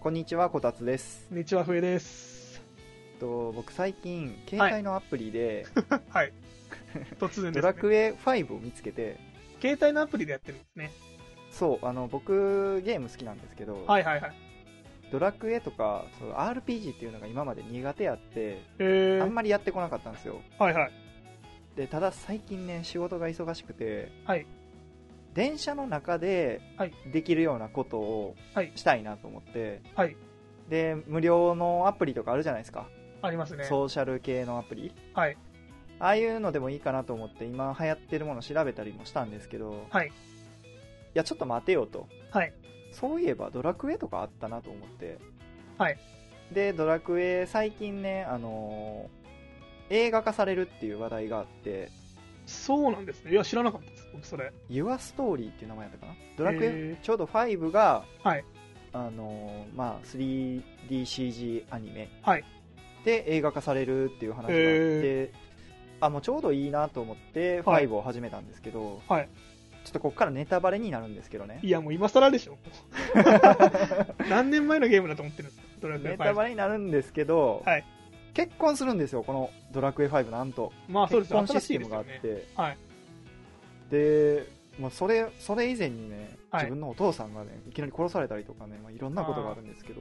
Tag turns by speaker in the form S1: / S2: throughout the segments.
S1: こんにちはこたつです
S2: こんにちは、笛です。
S1: えっと僕最近携帯のアプリで
S2: はい。突
S1: 「
S2: 然
S1: ド
S2: です、
S1: ラ
S2: ね。
S1: クエ5」を見つけて
S2: 携帯のアプリでやってるんですね。
S1: そうあの僕ゲーム好きなんですけど、
S2: はいはいはい。
S1: ドラクエとかその RPG っていうのが今まで苦手やって
S2: え
S1: あ
S2: ー
S1: ん、まりやってこなかったんですよ
S2: はいはい。
S1: でただ最近ね仕事が忙しくて
S2: はい。
S1: 電車の中で
S2: はい
S1: できるようなことを
S2: はい
S1: したいなと思って、
S2: はい
S1: で無料のアプリとかあるじゃないですか、
S2: ありますね。
S1: ソーシャル系のアプリ
S2: はい。
S1: ああいうのでもいいかなと思って今流行ってるもの調べたりもしたんですけど、
S2: はい
S1: やちょっと待てよと、
S2: はい
S1: そういえばドラクエとかあったなと思って、
S2: はい
S1: でドラクエ最近ね、あのー映画化されるっていう話題があって
S2: そうなんですね。いや、知らなかったです。僕、それ。
S1: 「YourStory」っていう名前やったかなドラク
S2: へ
S1: エ
S2: ー
S1: ちょうど5が、
S2: はい
S1: あのーまあ、3DCG アニメ
S2: はい
S1: で映画化されるっていう話があって、
S2: へ
S1: あもうちょうどいいなと思って
S2: はい
S1: 5を始めたんですけど、
S2: はい
S1: ちょっとここからネタバレになるんですけどね
S2: いや、もう今更で しょ。何年前のゲームだと思ってるんですかドラクエ
S1: ネ
S2: 5。
S1: タバレになるんですけど、
S2: はい
S1: 結婚するんですよこの「ドラクエ5」なんと
S2: まあ、そう
S1: 結
S2: ですよ
S1: 婚シ
S2: 新し
S1: ステ
S2: い
S1: ム
S2: です
S1: があ
S2: よ
S1: っ
S2: ね。
S1: て
S2: はい。
S1: で、まあ、それそれ以前にね、
S2: はい
S1: 自分のお父さんがねいきなり殺されたりとかね、まあ、いろんなことがあるんですけど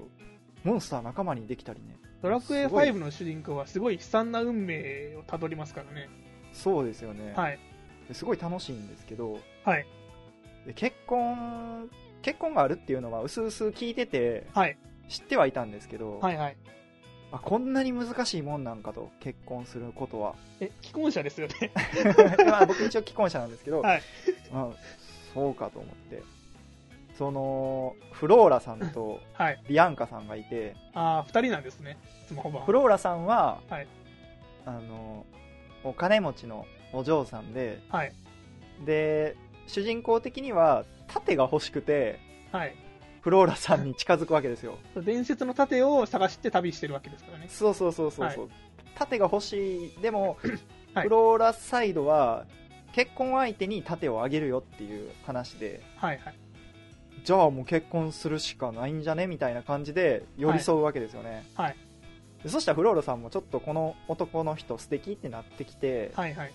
S1: モンスター仲間にできたりね
S2: ドラクエ
S1: すごい
S2: 5の主人公はすごい悲惨な運命をたどりますからね。
S1: そうですよね、
S2: はい。
S1: ですごい楽しいんですけど
S2: はい。
S1: で結婚結婚があるっていうのはうすうす聞いてて
S2: はい。
S1: 知ってはいたんですけど、
S2: はいはい。
S1: あこんなに難しいもんなんかと結婚することは
S2: え、既婚者ですよ ね。
S1: まあ僕一応既婚者なんですけど、
S2: はい
S1: まあ、そうかと思ってそのフローラさんと
S2: はい。
S1: ビアンカさんがいて
S2: ああ、二人なんですね。スマホ版
S1: フ。ローラさんは、
S2: はい
S1: あのお金持ちのお嬢さんで
S2: はい。
S1: で主人公的には盾が欲しくて
S2: はい。
S1: フローラさんに近づくわけですよ
S2: 伝説の盾を探して旅してるわけですからね。
S1: そうそうそうそうそう、盾が欲しいでも、
S2: はい
S1: フローラサイドは結婚相手に盾をあげるよっていう話で
S2: はいはい。
S1: じゃあもう結婚するしかないんじゃねみたいな感じで寄り添うわけですよね、
S2: はい
S1: でそしたらフローラさんもちょっとこの男の人素敵ってなってきて、
S2: はいはい。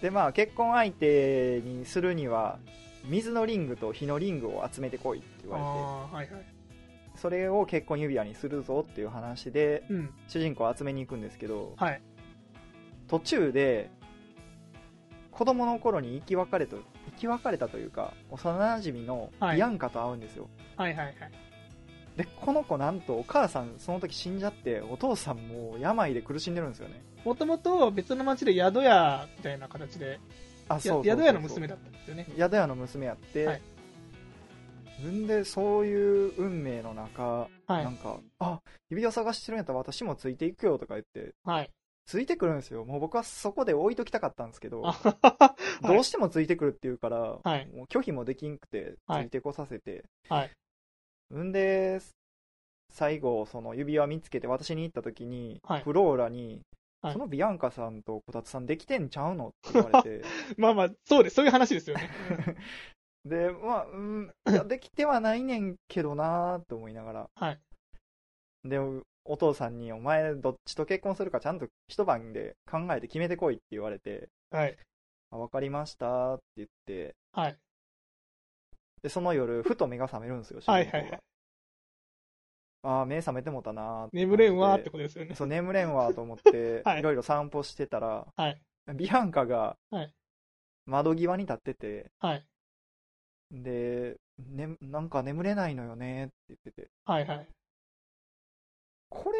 S1: でまあ結婚相手にするには水のリングと火のリングを集めてこいって言
S2: あ
S1: わ
S2: あー、はい
S1: れ
S2: はい。
S1: てそれを結婚指輪にするぞっていう話で
S2: うん。
S1: 主人公を集めに行くんですけど
S2: はい。
S1: 途中で子供の頃に生き別れと生き別れたというか幼馴染の
S2: はい
S1: ビアンカと会うんですよ、
S2: はいはいはい。
S1: でこの子なんとお母さんその時死んじゃってお父さんも病で苦しんでるんですよね
S2: もともと別の町で宿屋みたいな形で、
S1: あ
S2: や
S1: そうそうそうそう
S2: 宿屋の娘だったんですよね。
S1: 宿屋の娘やって、
S2: はい
S1: んでそういう運命の中、
S2: は
S1: ないん。かあ指輪探してるんやったら私もついていくよとか言って
S2: はい。
S1: ついてくるんですよもう僕はそこで置いときたかったんですけど
S2: あはははい
S1: どうしてもついてくるっていうから、
S2: はい
S1: もう拒否もできんくてつ
S2: はい
S1: いてこさせて、
S2: はい
S1: んで最後その指輪見つけて私に行った時に、
S2: はい
S1: フローラに、
S2: はい
S1: そのビアンカさんとこたつさんできてんちゃうの?」って言われ て
S2: まあまあ、そうです。そういう話ですよね。
S1: でまあうんい やできてはないねんけどなーと思いながら
S2: はい。
S1: でお父さんに「お前どっちと結婚するかちゃんと一晩で考えて決めてこい」って言われて
S2: はい。
S1: 「あ分かりました」って言って
S2: はい。
S1: でその夜ふと目が覚めるんですよ主人公
S2: は
S1: が
S2: いはいはい。
S1: ああ目覚めてもうたなーって
S2: 眠れんわーって
S1: こ
S2: ことですよね。
S1: そう眠れんわーと思って、
S2: はい
S1: いろいろ散歩してたら
S2: はい。
S1: ビアンカが
S2: はい
S1: 窓際に立ってて
S2: はい。
S1: で、ね、なんか眠れないのよねって言ってて
S2: はいはい。
S1: これ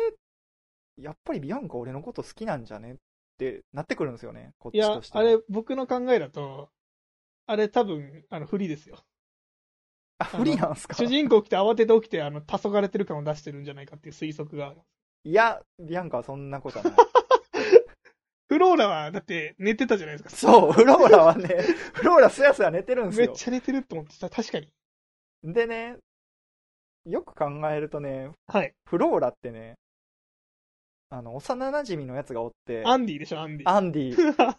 S1: やっぱりビアンカ俺のこと好きなんじゃねってなってくるんですよねこっち
S2: いや
S1: とし、て
S2: あ
S1: も
S2: れ、僕の考えだと、あれ多分、あの、フリですよ。
S1: あ不利なんすか
S2: 主人公来て慌てて起きて、あの、黄昏れてる感を出してるんじゃないかっていう推測がある。
S1: いや、ビアンカはそんなことはない。
S2: フローラは、だって寝てたじゃないですか。
S1: そう、フローラはね、フローラすやすや寝てるんです
S2: めっ
S1: よ。
S2: ちゃ寝てると思ってた。確かに。
S1: でね、よく考えるとね、
S2: はい。
S1: フローラってね、あの、幼馴染のやつがおって、
S2: アンディでしょ、アンディ。
S1: アンディ。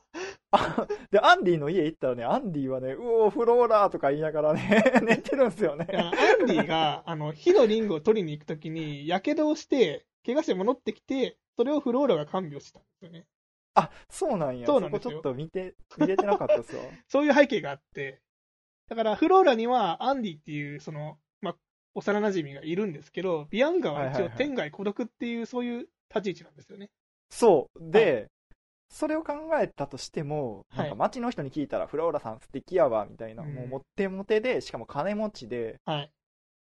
S1: で、アンディの家行ったらね、アンディはね、うおー、フローラーとか言いながらね、 寝てるんですよね
S2: い。やアンディが、あの、火のリングを取りに行くときに、やけどをして、怪我して戻ってきて、それをフローラが看病したんですよね。
S1: あ、そうなんや。
S2: そ
S1: そう
S2: なん
S1: こ
S2: です
S1: ち
S2: よ
S1: ょっと見て、見れてなかった ですよ。
S2: そういう背景があって、だからフローラにはアンディっていう、その、まあ、幼馴染がいるんですけど、ビアンガは
S1: はいは
S2: 一応
S1: いはい
S2: 天涯孤独っていう、そういう立ち位置なんですよね。
S1: そう。で、それを考えたとしても、
S2: は
S1: な
S2: い
S1: んか街の人に聞いたら、フローラさん素敵やわ、みたいな、
S2: うん
S1: もうモテモテで、しかも金持ちで、
S2: はい。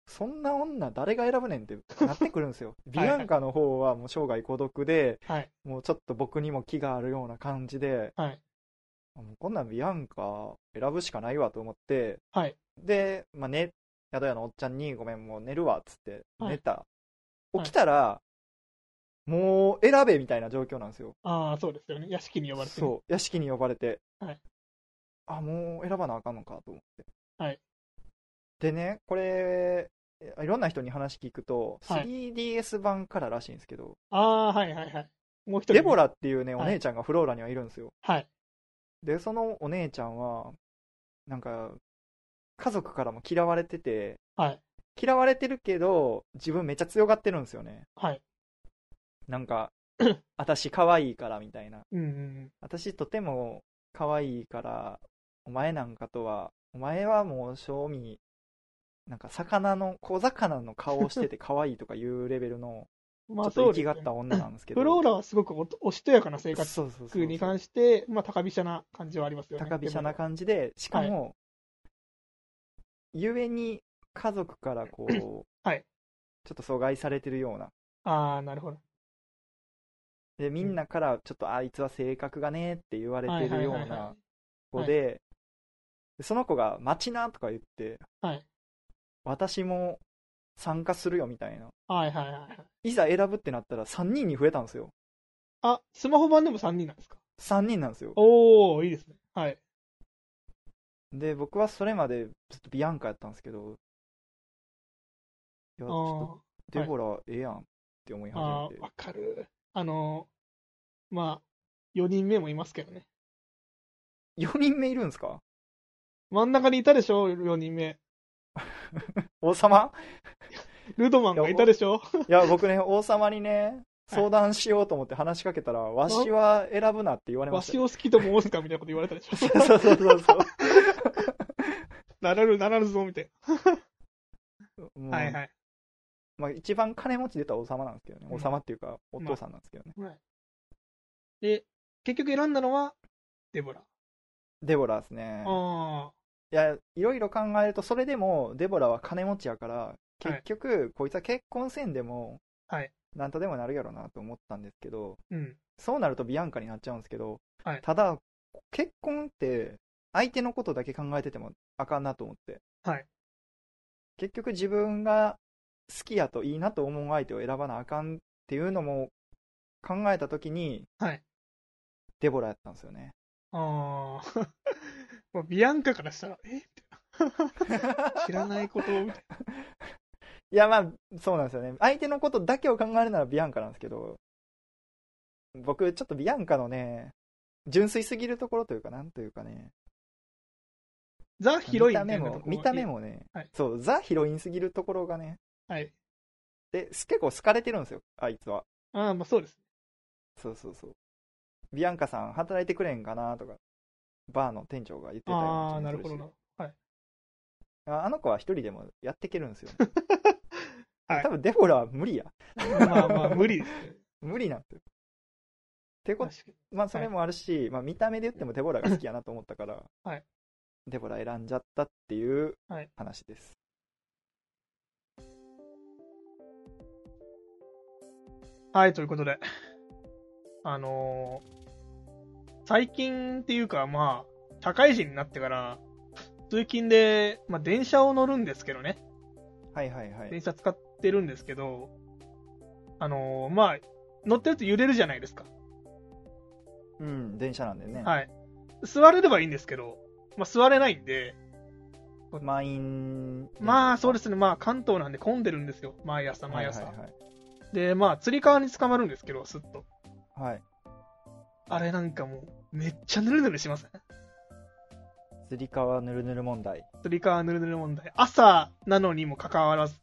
S1: そんな女誰が選ぶねんってなってくるんですよ。ビアンカの方はもう生涯孤独で、
S2: はい。
S1: もうちょっと僕にも気があるような感じで、
S2: はい。
S1: もうこんなんビアンカ選ぶしかないわと思って、
S2: はい。
S1: で、まあ、ね、宿屋のおっちゃんに、ごめん、もう寝るわ、っつって、
S2: はい
S1: 寝た。
S2: い
S1: 起きたら、もう選べみたいな状況なんですよ。
S2: ああ、そうですよね。屋敷に呼ばれてね、
S1: そう、屋敷に呼ばれて。
S2: はい
S1: あ、もう選ばなあかんのかと思って。
S2: はい
S1: でね、これ、えいろんな人に話聞くと、
S2: はい
S1: 3DS 版かららしいんですけど、
S2: ああ、はいはいはい。もう一人。
S1: デボ。ラっていうね、お
S2: はい
S1: 姉ちゃんがフローラにはいるんですよ。
S2: はい。
S1: で、そのお姉ちゃんは、なんか、家族からも嫌われてて、
S2: はい。
S1: 嫌われてるけど、自分めっちゃ強がってるんですよね。
S2: はい。
S1: なんか、 私可愛いからみたいな。
S2: うんうん
S1: 私とても可愛いから、お前なんかとは、お前はもう正味、なんか魚の、小魚の顔をしてて可愛いとかいうレベルの、
S2: うん。
S1: ち
S2: ま
S1: ょ
S2: あ
S1: っと
S2: そ
S1: 行
S2: うで
S1: き
S2: す
S1: が
S2: よ
S1: っ
S2: ね、
S1: た女なんですけど。
S2: フローラはすごくおとおしとやかな生活
S1: そうそうそう
S2: に関して、まあ、高飛車な感じはありますよね。
S1: 高飛車な感じで、しかも、ゆえに家族からこう、
S2: はい
S1: ちょっと阻害されてるような。
S2: じ。ああ、なるほど。
S1: で、みんなから、ちょっとあいつは性格がねって言われ
S2: はい
S1: て
S2: は
S1: る
S2: い
S1: よう
S2: はい
S1: な
S2: は
S1: 子で、でその子が、待ちなとか言って、
S2: い。はい。
S1: 私も参加するよみたいな。
S2: はいはいはいはい。
S1: いざ選ぶってなったら3人に増えたんですよ。
S2: あ、スマホ版でも3人なんですか
S1: 3人なんですよ。
S2: おー、いいですね。はい。
S1: で、僕はそれまでずっとビアンカやったんですけど、いや、ち
S2: あ
S1: ょ
S2: ー
S1: っとデボラええやんって思い始
S2: あ
S1: め
S2: ー、
S1: て。
S2: わかる。あのー、まあ、4人目もいますけどね。
S1: 4人目いるんですか
S2: 真ん中にいたでしょ、4人目。
S1: 王様
S2: ルドマンがいたでしょ。
S1: いや、僕ね、王様にね、相談しようと思って話しかけたら、わしは選ぶなって言われま
S2: わ
S1: した
S2: し
S1: よ。
S2: を好きと申すかみたいなこと言われたでしょ。
S1: そうそうそうそう。
S2: ならる、ならるぞ、みたい
S1: もう
S2: な。はいはい。
S1: まあ、一番金持ち出たら王様なんですけどね。
S2: うん
S1: 王様っていうか、お父さんなんですけどね。
S2: で、結局選んだのは、デボラ。
S1: デボラですね。
S2: あ
S1: いや、いろいろ考えると、それでも、デボラは金持ちやから、
S2: はい
S1: 結局、こいつは結婚せんでも、
S2: はい
S1: なんとでもなるやろなと思ったんですけど、
S2: ー、うん。
S1: そうなるとビアンカになっちゃうんですけど、
S2: はい
S1: ただ、結婚って、相手のことだけ考えててもあかんなと思って。
S2: はい
S1: 結局、自分が好きやといいなと思う相手を選ばなあかんっていうのも考えたときに、
S2: はい
S1: デボラやったんですよね。
S2: あー。 まあ、ビアンカからしたら、えみたいな 知らないこと みたい
S1: いや、まあ、そうなんですよね。相手のことだけを考えるならビアンカなんですけど、僕、ちょっとビアンカのね、純粋すぎるところというか、なんというかね、
S2: な。ザ・ヒロイ
S1: 見
S2: ン
S1: た目
S2: みたいな
S1: も
S2: と、こ
S1: 見た目。もね、
S2: はい
S1: そう、ザ・ヒロインすぎるところがね、
S2: はい。
S1: で、結構好かれてるんですよ、あいつは。
S2: ああ、まあそうです。
S1: そうそうそう。ビアンカさん、働いてくれんかなとか、バーの店長が言ってたような
S2: ああ、
S1: 気も
S2: な
S1: する
S2: る
S1: し
S2: ほどな。はい。
S1: ああの子は一人でもやっていけるんですよ、ね。
S2: はい
S1: 多分デフォラは無理や。
S2: まあまあ、無理ですね。
S1: 無理なんですよ。って こと
S2: 確かに
S1: まあそれもあるし、まあ見た目で言ってもデボラが好きやなと思ったから、
S2: はい
S1: デボラ選んじゃったっていう
S2: はい
S1: 話です。
S2: はい、ということで。あのー最近っていうか、まあ、社会人になってから、通勤で、まあ、電車を乗るんですけどね。
S1: はいはいはい。
S2: 電車使ってるんですけど、あのーまあ、乗ってると揺れるじゃないですか。
S1: うん、電車なんでね。
S2: はい。座れればいいんですけど、まあ、座れないんで、
S1: 満員。。
S2: まあ、そうですすね。まあ、関東なんで混んでるんですよ。毎朝、
S1: はい
S2: 毎
S1: はい
S2: 朝。
S1: はい。
S2: で、まあ、つり革に捕まるんですけど、すっと。
S1: はい、
S2: あれなんかもう、めっちゃぬるぬるしません
S1: つり革ぬるぬる問題。
S2: トリカーぬるぬる問題。朝なのにもかかわらず。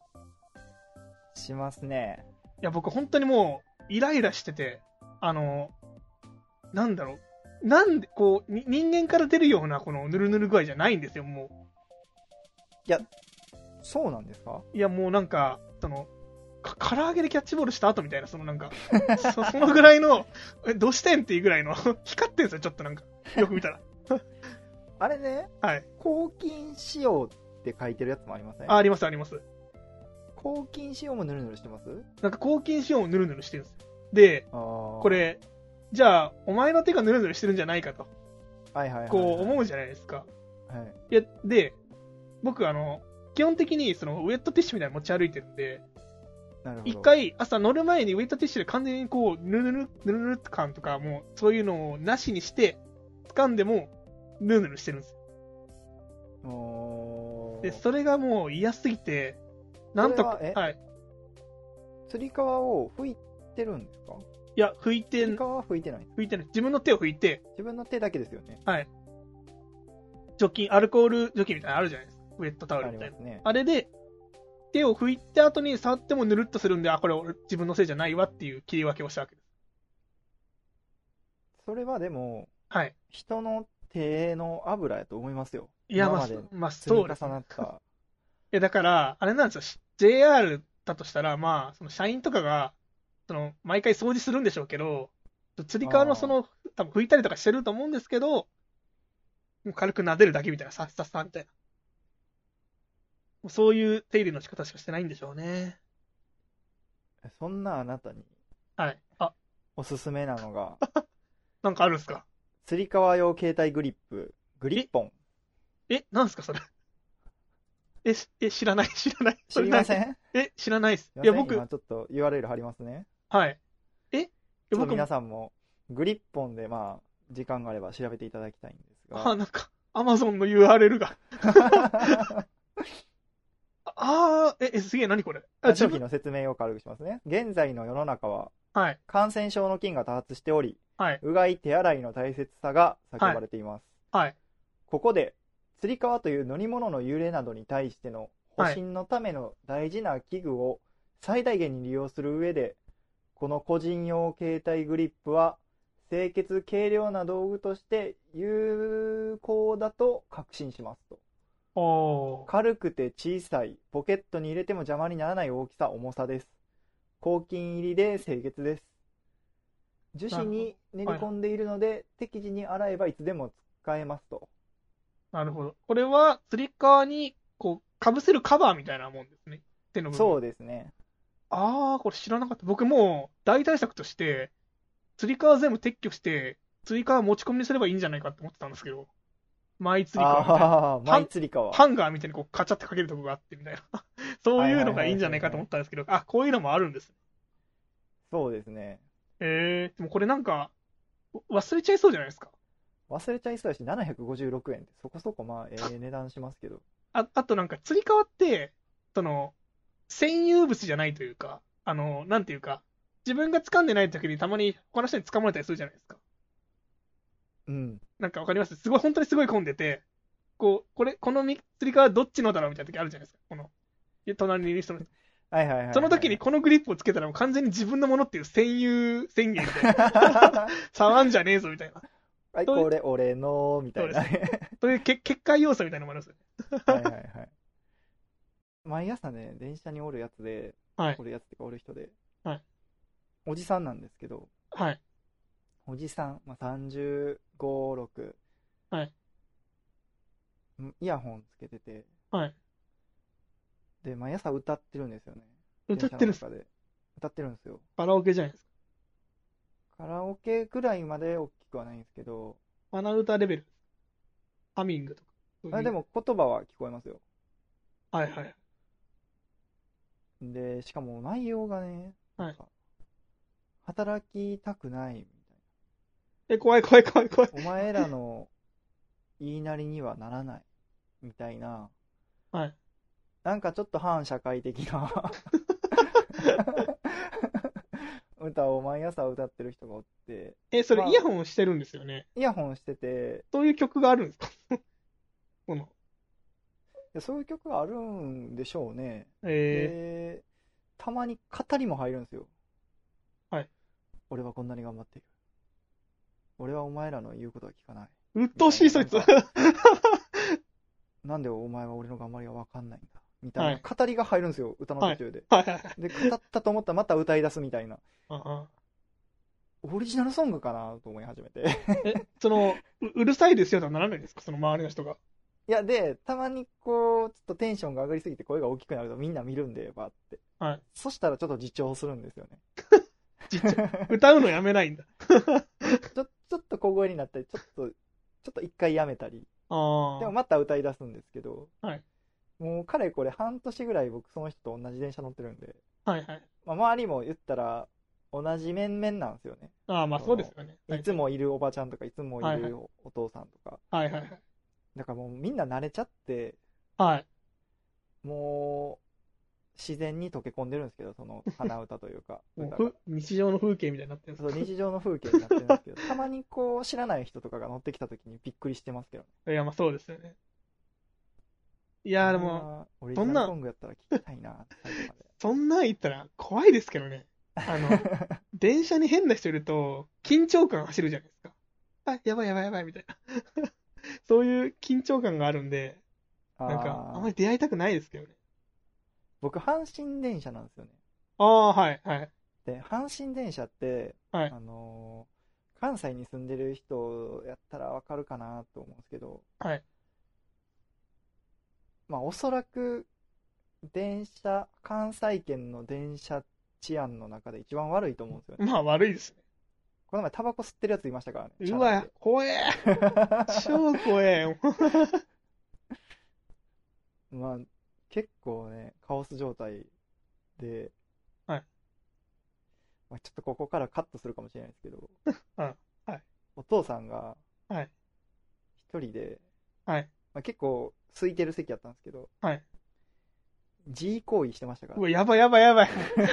S1: しますね。
S2: いや、僕本当にもう、イライラしてて、あの、なんだろう。なんで、こう、に人間から出るような、このぬるぬる具合じゃないんですよ、もう。
S1: そうなんですか
S2: いや、もうなんか、その、か唐揚げでキャッチボールした後みたいな、そのなんか、そ そのぐらいの、え、どうしてんっていうぐらいの、 光ってんすよ、ちょっとなんか。よく見たら。
S1: あれね、
S2: はい。
S1: 抗菌仕様って書いてるやつもありません
S2: あ、あります、あります。
S1: 抗菌仕様もぬるぬるしてます
S2: なんか、抗菌仕様をぬるぬるしてるんですよ。で、
S1: あこ
S2: こ、れ、じゃあ、お前の手がぬるぬるしてるんじゃないかと、
S1: はいはいはいはい、
S2: こう思うじゃないですか。
S1: はい、
S2: いや、で、僕、あの、基本的に、その、ウェットティッシュみたいなの持ち歩いてるんで、
S1: なるほど。
S2: 一回朝乗る前にウェットティッシュで完全にこう、ぬるぬる、ぬるぬる感とか、もうそういうのをなしにして、掴んでも、ぬるぬるしてるんですよ。
S1: おー
S2: で、それがもう嫌すぎて、なんとか、
S1: それはえ
S2: はい。
S1: つり革を拭いてるんですか
S2: いや、拭い
S1: つ
S2: て、
S1: り
S2: 拭
S1: 革は拭いてない。
S2: いてない。自分の手を拭いて、
S1: 自分の手だけですよね。
S2: 除菌、アルコール除菌みたいなのあるじゃないですか。ウェットタオ
S1: あ
S2: ルみ
S1: りま
S2: たいな。
S1: すね。
S2: あれで、手を拭いた後に触ってもぬるっとするんで、あ、これ俺自分のせいじゃないわっていう切り分けをしたわけです。
S1: それはでも、
S2: はい。
S1: 人の手の油やと思いますよ。
S2: いや、
S1: 今
S2: ま
S1: ま
S2: あ
S1: で、
S2: まあ、
S1: 積み
S2: そう
S1: 重
S2: です
S1: なった。
S2: いや、だから、あれなんですよし、JR だとしたら、まあ、その社員とかが、その、毎回掃除するんでしょうけど、つり革
S1: あ
S2: の
S1: ー
S2: その、多分拭いたりとかしてると思うんですけど、もう軽く撫でるだけみたいな、さっさっさみたいな。もうそういう手入れの仕方しかしてないんでしょうね。
S1: そんなあなたに
S2: はい。あ、
S1: おすすめなのが、
S2: なんかあるんですか
S1: つり革用携帯グリップ、グリッポン。
S2: え、なんですかそれ。え、しえ、知らない、知らない。
S1: 知りませ
S2: ん。
S1: ん
S2: え、知らないです。い
S1: すい
S2: や、
S1: ません
S2: 僕、
S1: 今ちょっと URL 貼りますね。
S2: はい。え、い
S1: ちょ
S2: や
S1: っと
S2: 僕も
S1: 皆さんも、グリッポンで、まあ、時間があれば調べていただきたいんです
S2: あ、
S1: が、
S2: なんか、アマゾンの URL が。ああー、え、えすげえ、何これ。あ、自
S1: 商品
S2: 分、
S1: の説明を軽くしますね。現在の世の中は、
S2: はい、
S1: 感染症の菌が多発しており、
S2: はい、
S1: うがい手洗いの大切さが叫ばれています。
S2: はい。
S1: ここで、つり革という乗り物の揺れなどに対しての保身のための大事な器具を最大限に利用する上で、この個人用携帯グリップは清潔軽量な道具として有効だと確信しますと。
S2: おー。
S1: 軽くて小さい、ポケットに入れても邪魔にならない大きさ、重さです。抗菌入りで清潔です。樹脂に練り込んでいるので、適時に洗えばいつでも使えますと。
S2: なるほど。これは、つり革に、こう、かぶせるカバーみたいなもんですね。手の部分。
S1: そうですね。
S2: ああ、これ知らなかった。僕もう、大対策として、つり革全部撤去して、つり革持ち込みにすればいいんじゃないかって思ってたんですけど、マイつり革みたいな。
S1: ああー、マイ釣り革。
S2: ハンガーみたいにこう、カチャってかけるとこがあってみたいな。 そういうのがいいんじゃないかと思ったんですけど、あ、こういうのもあるんですね
S1: そうですね。
S2: えー、でもこれなんか、わ忘れちゃいそうじゃないですか。
S1: 忘れちゃいそうやし、756円ってそこそこまあ、え え値段しますけど。
S2: あ、あとなんか、つり革って、その、占有物じゃないというか、あの、なんていうか、自分が掴んでない時にたまに他の人に掴まれたりするじゃないですか。
S1: うん。
S2: なんかわかりますすごい、本当にすごい混んでて、こう、これ、このみつり革どっちのだろうみたいな時あるじゃないですか。この、いや隣にいる人の。
S1: はいはいはい、はい。
S2: その時にこのグリップをつけたらもう完全に自分のものっていう占有宣言で、 触んじゃねえぞみたいな。
S1: はい、これ俺の、みたいな。
S2: そういうけ結界要素みたいなのもありますよね。
S1: はいはいはい。毎朝ね、電車におるやつで、
S2: はい
S1: おるやつってかおる人で、
S2: はい
S1: おじさんなんですけど、
S2: はい。
S1: おじさん、まあ、35、6、
S2: はい
S1: んイヤホンつけてて、
S2: はい。
S1: で、毎朝歌ってるんですよね。
S2: 歌ってるん
S1: 電
S2: です
S1: 車の中で。歌ってるんですよ。
S2: カラオケじゃないですか。
S1: カラオケくらいまで大きくはないんですけど、
S2: 鼻歌レベル。ハミングとか。そういう
S1: あで。も言葉は聞こえますよ。
S2: はいはい。
S1: で、しかも内容がね、
S2: はい
S1: なんか働きたくないみたいな。
S2: え、怖い怖い怖い怖い。
S1: お前らの言いなりにはならないみたいな、
S2: はい。
S1: なんかちょっと反社会的な歌を毎朝歌ってる人がおって、
S2: え、それ
S1: まあ
S2: イヤホンしてるんですよね。
S1: イヤホンしてて、
S2: そういう曲があるんですかこの、
S1: いやそういう曲があるんでしょうね。
S2: え
S1: で、たまに語りも入るんですよ。
S2: はい。
S1: 俺はこんなに頑張っている。俺はお前らの言うことは聞かない。
S2: ー、鬱陶しいそいつ。
S1: みた
S2: は
S1: なんでお前は俺の頑張りがわかんないんだ。みた
S2: はい
S1: いな語りが入るんですよ、歌の途中で。
S2: いはいはい。
S1: で、語ったと思ったらまた歌い出すみたいな。
S2: あ
S1: オリジナルソングかなと思い始めて。
S2: あえ、その、ううるさいですよとはならないですかその周りの人が。
S1: いや、で、たまにこう、ちょっとテンションが上がりすぎて声が大きくなるとみんな見るんで、バーって。
S2: はい
S1: そしたらちょっと自重するんですよね。
S2: 自重歌うのやめないんだ。
S1: ちょ、ちょっと小声になったり、ちょっと、ちょっと一回やめたり。
S2: あ
S1: でも
S2: あ。
S1: また歌い出すんですけど、
S2: はい
S1: もうかれこれ半年ぐらい僕その人と同じ電車乗ってるんで、
S2: はいはい。
S1: まあ、周りも言ったら同じ面々なんですよね。
S2: ああ、まあそうですよね。はい
S1: つもいるおばちゃんとか、いつも
S2: はいいはい
S1: るお父さんとか。
S2: はいはいはい。
S1: だからもうみんな慣れちゃって、
S2: はい。
S1: もう自然に溶け込んでるんですけど、その鼻歌という か、
S2: もう
S1: 歌が
S2: ふ日常の風景みたいになってるんです
S1: そう日常の風景になってるん ですけど、たまにこう知らない人とかが乗ってきた時にびっくりしてますけどね。
S2: いや、まあそうですよね。いやー、でも、
S1: あー、オリジナルソングやったら聞きたいな、最後
S2: そんなん言ったら怖いですけどね。あの、
S1: まで。
S2: 電車に変な人いると、緊張感走るじゃないですか。あ、やばいやばいやばいみたいな。 そういう緊張感があるんで、なんか、
S1: あー
S2: あんまり出会いたくないですけどね。
S1: 僕、阪神電車なんですよね。
S2: ああ、はい、はい。
S1: で、阪神電車って、
S2: はい
S1: あのー関西に住んでる人やったらわかるかなと思うんですけど、
S2: はい
S1: まあ、おそらく、電車、関西圏の電車治安の中で一番悪いと思うんですよね。
S2: まあ悪いです
S1: この前、タバコ吸ってるやついましたからね。
S2: ね。うわ、怖え。
S1: 車内で
S2: 超怖え。
S1: まあ、結構ね、カオス状態で、
S2: はい
S1: まあ、ちょっとここからカットするかもしれないですけど
S2: うんはい
S1: お父さんが
S2: はい
S1: 一人で、
S2: はい。
S1: まあ、結構空いてる席やったんですけど、
S2: はい。
S1: G 行為してましたか
S2: う
S1: ら、
S2: わ、やばいやばいやばい。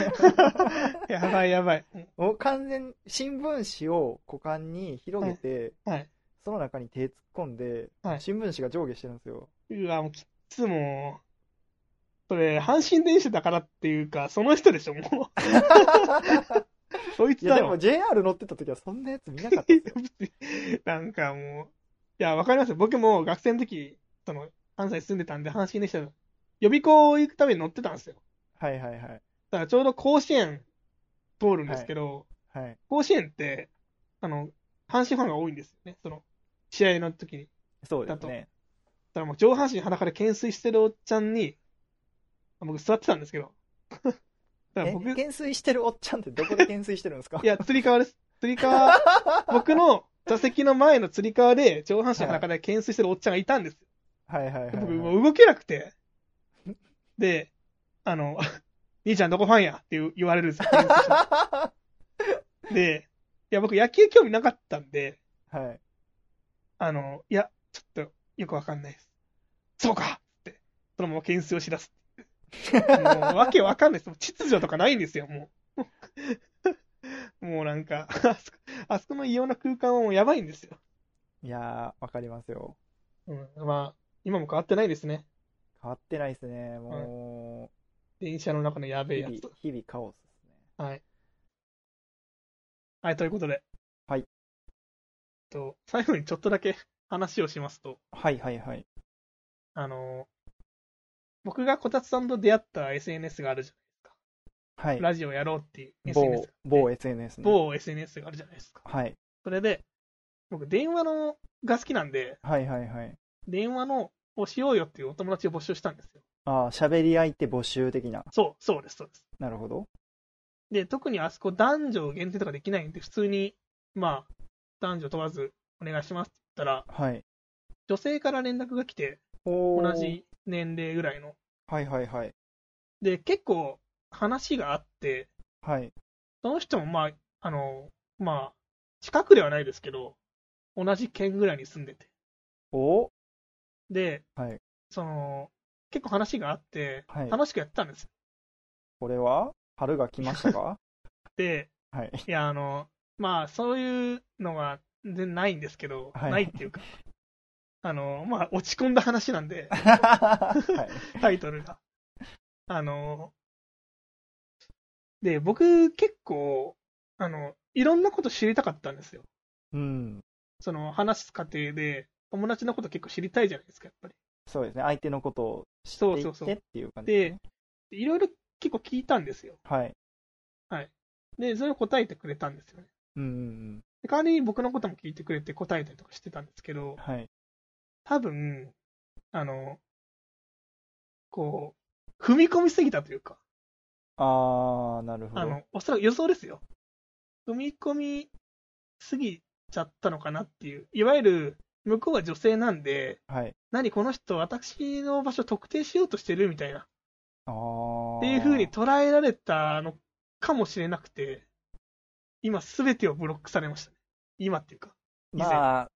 S2: やばいやばい。
S1: もう完全に新聞紙を股間に広げて、
S2: はい。
S1: その中に手突っ込んで、
S2: はい
S1: 新聞紙が上下してるんですよ。
S2: うわ、もうきっつもう。それ、阪神電車だからっていうか、その人でしょ、 もう。 そいつ
S1: いや、
S2: だ
S1: で
S2: ろ
S1: も。JR 乗ってた時はそんなやつ見なかったです よ。
S2: なんかもう、いや、わかりますよ。僕も学生の時、その、関西に住んでたんで、阪神電車、予備校行くために乗ってたんですよ。
S1: はいはいはい。
S2: だからちょうど甲子園通るんですけど、
S1: はい。
S2: 甲子園って、あの、阪神ファンが多いんですよね、その、試合の時に。だ
S1: そうで
S2: だ
S1: す
S2: と
S1: ね。
S2: からもう上半身裸で懸垂してるおっちゃんに、あ僕座ってたんですけど、だから
S1: え、
S2: 僕、い
S1: 懸垂してるおっちゃんってどこで懸垂してるんですか
S2: や、つり革です。つり革、僕の座席の前のつり革で上半身裸で懸垂してるおっちゃんがいたんですよ
S1: はいはいはい、はい。
S2: 僕、もう動けなくて。で、あの、 兄ちゃんどこファンやって言う言われる んですよ。で、いや、僕野球興味なかったんで、
S1: はい。
S2: あの、いや、ちょっとよくわかんないです。そうかって、そのまま懸垂をしだす。もう、わけわかんないです。秩序とかないんですよ、もう。もうなんか、あそこあそこの異様な空間はもうやばいんですよ。
S1: いやー、わかりますよ。
S2: うん、まあ、今も変わってないですね。
S1: 変わってないですね。も
S2: 電車の中のや
S1: う、
S2: べ
S1: 日
S2: えや
S1: 々
S2: つと。、
S1: 日々カオスですね。
S2: はい。はい、ということで。
S1: はい
S2: えっと、最後にちょっとだけ話をしますと、
S1: はいはいはい。
S2: あの、僕がこたつさんと出会った SNS があるじ
S1: は
S2: ゃん。
S1: い。
S2: ラジオやろうっていう SNS
S1: 某
S2: が、
S1: 某 SNS ね。
S2: 某 SNS があるじゃないですか。
S1: はい。
S2: それで、僕、電話のが好きなんで、
S1: はいはいはい。
S2: 電話のをしようよっていうお友達を募集したんですよ。
S1: ああ、喋り相手募集的な。
S2: そう、そうです、そうです。
S1: なるほど。
S2: で、特にあそこ男女限定とかできないんで、普通に、まあ、男女問わずお願いしますって言ったら、
S1: はい。
S2: 女性から連絡が来て、
S1: お
S2: 同
S1: ー。
S2: じ年齢ぐらいの。
S1: はいはいはい。
S2: で、結構話があって、
S1: はい。
S2: その人もまあ、あの、まあ、近くではないですけど、同じ県ぐらいに住んでて。
S1: お
S2: で、
S1: はい
S2: その、結構話があって
S1: は、い
S2: 楽しくやってたんです。
S1: これは春が来ましたか
S2: で、
S1: はい。
S2: いや、あの、まあ、そういうのは全然ないんですけど、
S1: はい
S2: ないっていうか、あの、まあ、落ち込んだ話な んで、
S1: はい。
S2: タイトルが。あの、で、僕、結構、あの、いろんなこと知りたかったんですよ。
S1: うん。
S2: その、話す過程で、友達のこと結構知りたいじゃないですか、やっぱり。
S1: そうですね。相手のことを知っ
S2: そう
S1: てい
S2: そう
S1: っ
S2: そ
S1: て
S2: う
S1: っていう感じですね。
S2: でいろいろ結構聞いたんですよ。
S1: はい。
S2: で、それを答えてくれたんですよね。
S1: うんうん
S2: で代わりに僕のことも聞いてくれて答えたりとかしてたんですけど
S1: うん。、はい。
S2: 多分、あの、こう、踏み込みすぎたというか、
S1: あー、なるほ
S2: あ
S1: ど。
S2: の、おそらく予想ですよ。踏み込みすぎちゃったのかなっていう。いわゆる、向こうは女性なんで、
S1: はい。
S2: 何この人、私の場所特定しようとしてるみたいな、
S1: あー。
S2: っていう風に捉えられたのかもしれなくて、今すべてをブロックされましたね。今っていうか。以前
S1: まあ、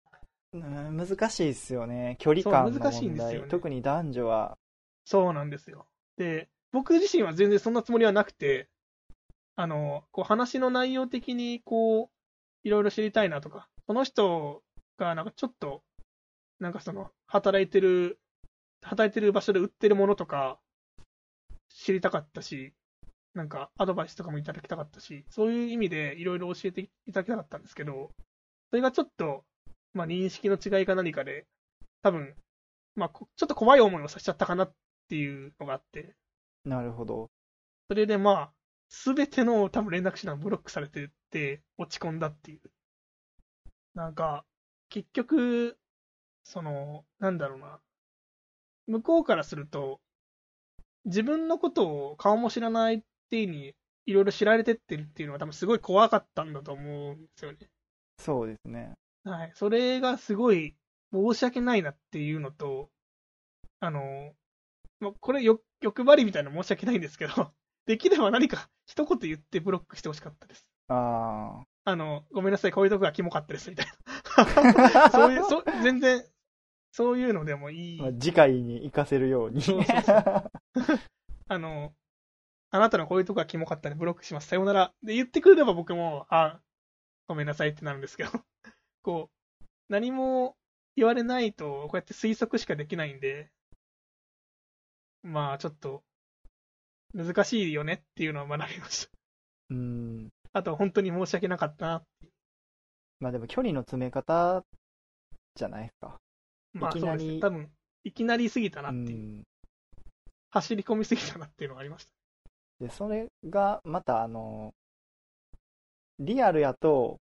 S1: うん難しいですよね。距離感の
S2: そう難しい
S1: 問
S2: んです
S1: 題。
S2: よね
S1: 特に男女は。
S2: そうなんですよ。で、僕自身は全然そんなつもりはなくて、あの、こう話の内容的に、こう、いろいろ知りたいなとか、この人がなんかちょっと、なんかその、働いてる、働いてる場所で売ってるものとか、知りたかったし、なんかアドバイスとかもいただきたかったし、そういう意味でいろいろ教えていただきたかったんですけど、それがちょっと、まあ認識の違いか何かで、多分、まあこちょっと怖い思いをさせちゃったかなっていうのがあって、
S1: なるほど。
S2: それでまあ、すべての多分連絡手段ブロックされてて、落ち込んだっていう。なんか、結局、その、なんだろうな。向こうからすると、自分のことを顔も知らないっていうに、いろいろ知られてってるっていうのは多分すごい怖かったんだと思うんですよね。
S1: そうですね。
S2: はい。それがすごい申し訳ないなっていうのと、あの、まあ、これよ、欲張りみたいな申し訳ないんですけど、 できれば何か一言言ってブロックしてほしかったです。
S1: あ
S2: あの、ごめんなさい、こういうとこがキモかったです、みたいな。
S1: ー。
S2: そういう、そ全然、そういうのでもいい
S1: まあ。次回に活かせるように。
S2: そうそうそあの、あなたのこういうとこがキモかったんでブロックします。さようなら。で、言ってくれれば僕も、あ、ごめんなさいってなるんですけど、 こう、何も言われないと、こうやって推測しかできないんで、まあ、ちょっと、難しいよねっていうのは学びまし
S1: うん。
S2: た。 あと、本当に申し訳なかったな。
S1: まあでも距離の詰め方じゃないですか。
S2: まあ、
S1: いき
S2: そ
S1: な
S2: う
S1: り
S2: ですね。多分、いきなりすぎたな
S1: う
S2: っていう、
S1: ん。
S2: 走り込みすぎたなっていうのがありまし
S1: で、それが、またあの、リアルやと、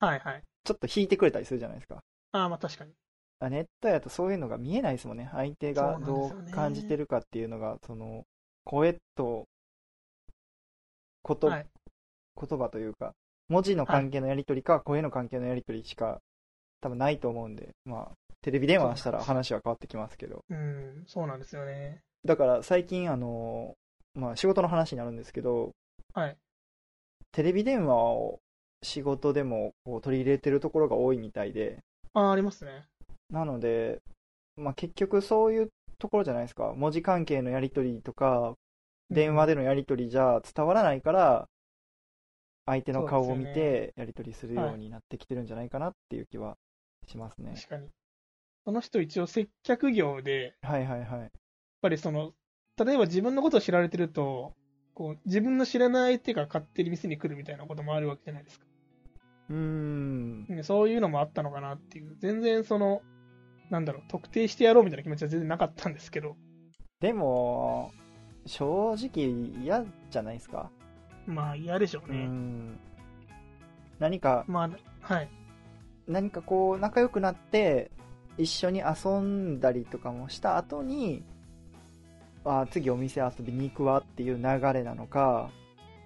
S2: た。はいはい。
S1: ちょっと引いてくれたりするじゃないですか。
S2: ああ、まあ確かに。
S1: あネットやとそういうのが見えないですもんね。相手が
S2: そうなんで
S1: ど
S2: すよね
S1: う感じてるかっていうのが、その、声と、こと、
S2: はい。
S1: 言葉というか、文字の関係のやり取りか、声の関係のやり取りしか、多分ないと思うんで、まあ、テレビ電話したら話は変わってきますけど。
S2: うん、そうなんですよね。
S1: だから最近、あの、まあ仕事の話になるんですけど、
S2: はい。
S1: テレビ電話を仕事でもこう取り入れてるところが多いみたいで、
S2: ああ、ありますね。
S1: なので、まあ、結局そういうところじゃないですか。文字関係のやり取りとか、電話でのやり取りじゃ伝わらないから、相手の顔を見
S2: そうで
S1: てやり取りするようになってきてるんじゃないかなっていう気はしますね。
S2: 確かに。その人一応接客業で、やっ
S1: はいはいはい。
S2: ぱりその、例えば自分のことを知られてると、こう、自分の知らない手が勝手に店に来るみたいなこともあるわけじゃないですか。
S1: うーん。
S2: うんそういうのもあったのかなっていう。全然その、なんだろう、特定してやろうみたいな気持ちは全然なかったんですけど、
S1: でも、正直嫌じゃないですか。
S2: まあ嫌でしょう
S1: う
S2: ね。
S1: ん。何か、
S2: まあ、はい。
S1: 何かこう仲良くなって一緒に遊んだりとかもした後にあ次お店遊びに行くわっていう流れなのか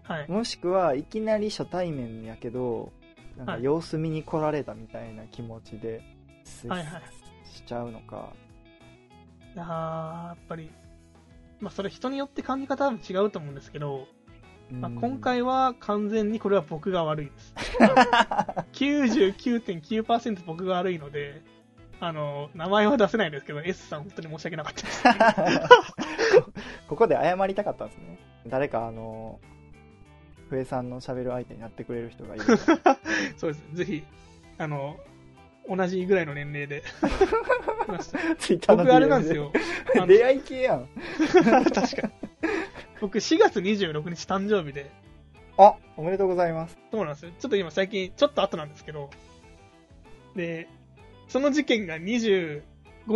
S2: はい。
S1: もしくはいきなり初対面やけどなんか
S2: はい
S1: 様子見に来られたみたいな気持ちです、
S2: はいはい
S1: しちゃうのか
S2: いやーやっぱり、まあそれ人によって感じ方は違うと思うんですけど、まあ、
S1: うん
S2: 今回は完全にこれは僕が悪い です。99.9%僕が悪いので、あの、名前は出せないですけど、S さん本当に申し訳なかった です。
S1: ここで謝りたかったんですね誰かあの笛さんの喋る相手になってくれる人 がいるから
S2: そうです。ぜひ、あの、同じぐらいの年齢 で。ました
S1: 僕
S2: 僕、あれなんですよ。あの
S1: 出会い系やん
S2: 確かに。僕、4月26日誕生日で、
S1: あおめでとうござい ます
S2: そうなんですよ。ちょっと今最近、ちょっと後なんですけど、で、その事件が25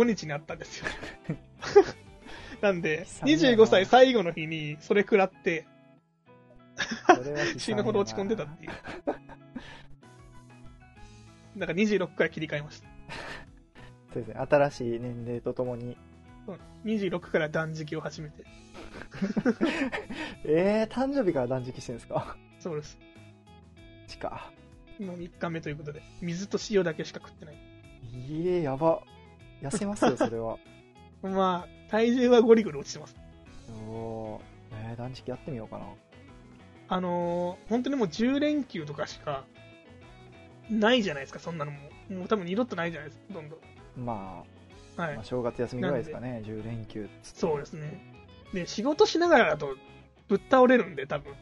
S2: 日にあったんですよ。 なんで、
S1: 悲惨やな
S2: 25歳最後の日にそれ食らって、
S1: それは悲惨やな
S2: 死ぬほど落ち込んでたっていう。だから26から切り替えました。
S1: そうですね新しい年齢とともに
S2: そう26から断食を始めて。
S1: えー、誕生日から断食してるんです か
S2: そうです。
S1: ちか
S2: 今3日目ということで、水と塩だけしか食ってない。
S1: いえやば痩せ ますよそれは
S2: まあ、体重はゴリゴリ落ちてます。
S1: おーえー、断食やってみようかな
S2: あのー本当にもう10連休とかしかないじゃないですか、そんなのもう。もう多分二度とないじゃないですか、ほとんど。
S1: ま
S2: は
S1: あ、
S2: い
S1: まあ。正月休みぐらいですかね10連休っつって
S2: そうですね。で、仕事しながらだとぶっ倒れるんで、多分。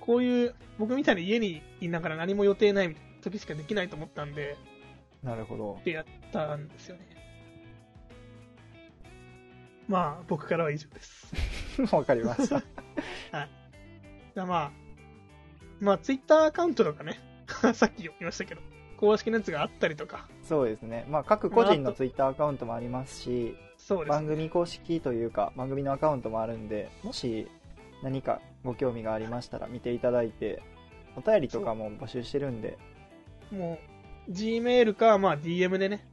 S2: こういう、僕みたいに家にいながら何も予定ない時しかできないと思ったんで、
S1: なるほ ど
S2: でやったんですよね。まあ、僕からは以上です。
S1: わかりました。
S2: じゃあまあ、まあ、ツイッターアカウントとかね、 さっき言いましたけど、公式のやつがあったりとか、
S1: そうですね。まあ、各個人のツイッターアカウントもありますし、
S2: そうです
S1: 番組公式というか、番組のアカウントもあるんで、もし何かご興味がありましたら見ていただいて、お便りとかも募集してるんで、
S2: もう、Gmail か、まあ、DM でね、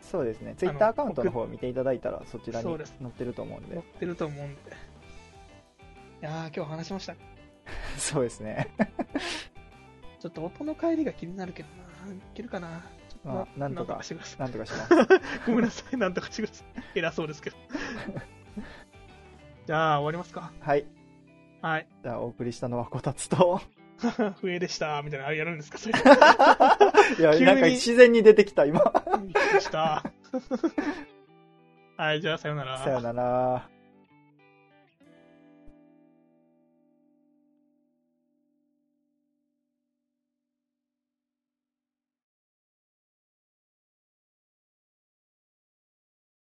S1: そうですね。ツイッターアカウントの方を見ていただいたら、そちらに
S2: そう
S1: 載
S2: です
S1: ってると思うん
S2: 持
S1: で
S2: っ。てると思うんで。いやー、今日話しました。
S1: そうですね。
S2: ちょっと音の帰りが気になるけどな。いけるかな。ちょっと
S1: まあなんとか
S2: してくださ
S1: なんとかします。
S2: い。 ごめんなさい、なんとかしてください。偉そうですけど。 じゃあ、終わりますか。
S1: はい。
S2: はい。
S1: じゃあ、お送りしたのはこたつ と、
S2: 笛でした、みたいな、あれやるんです か、それ。
S1: いや、
S2: 急に
S1: なんか自然に出てきた、今。
S2: びっくりした。はい、じゃあ、さようなら。
S1: さよなら。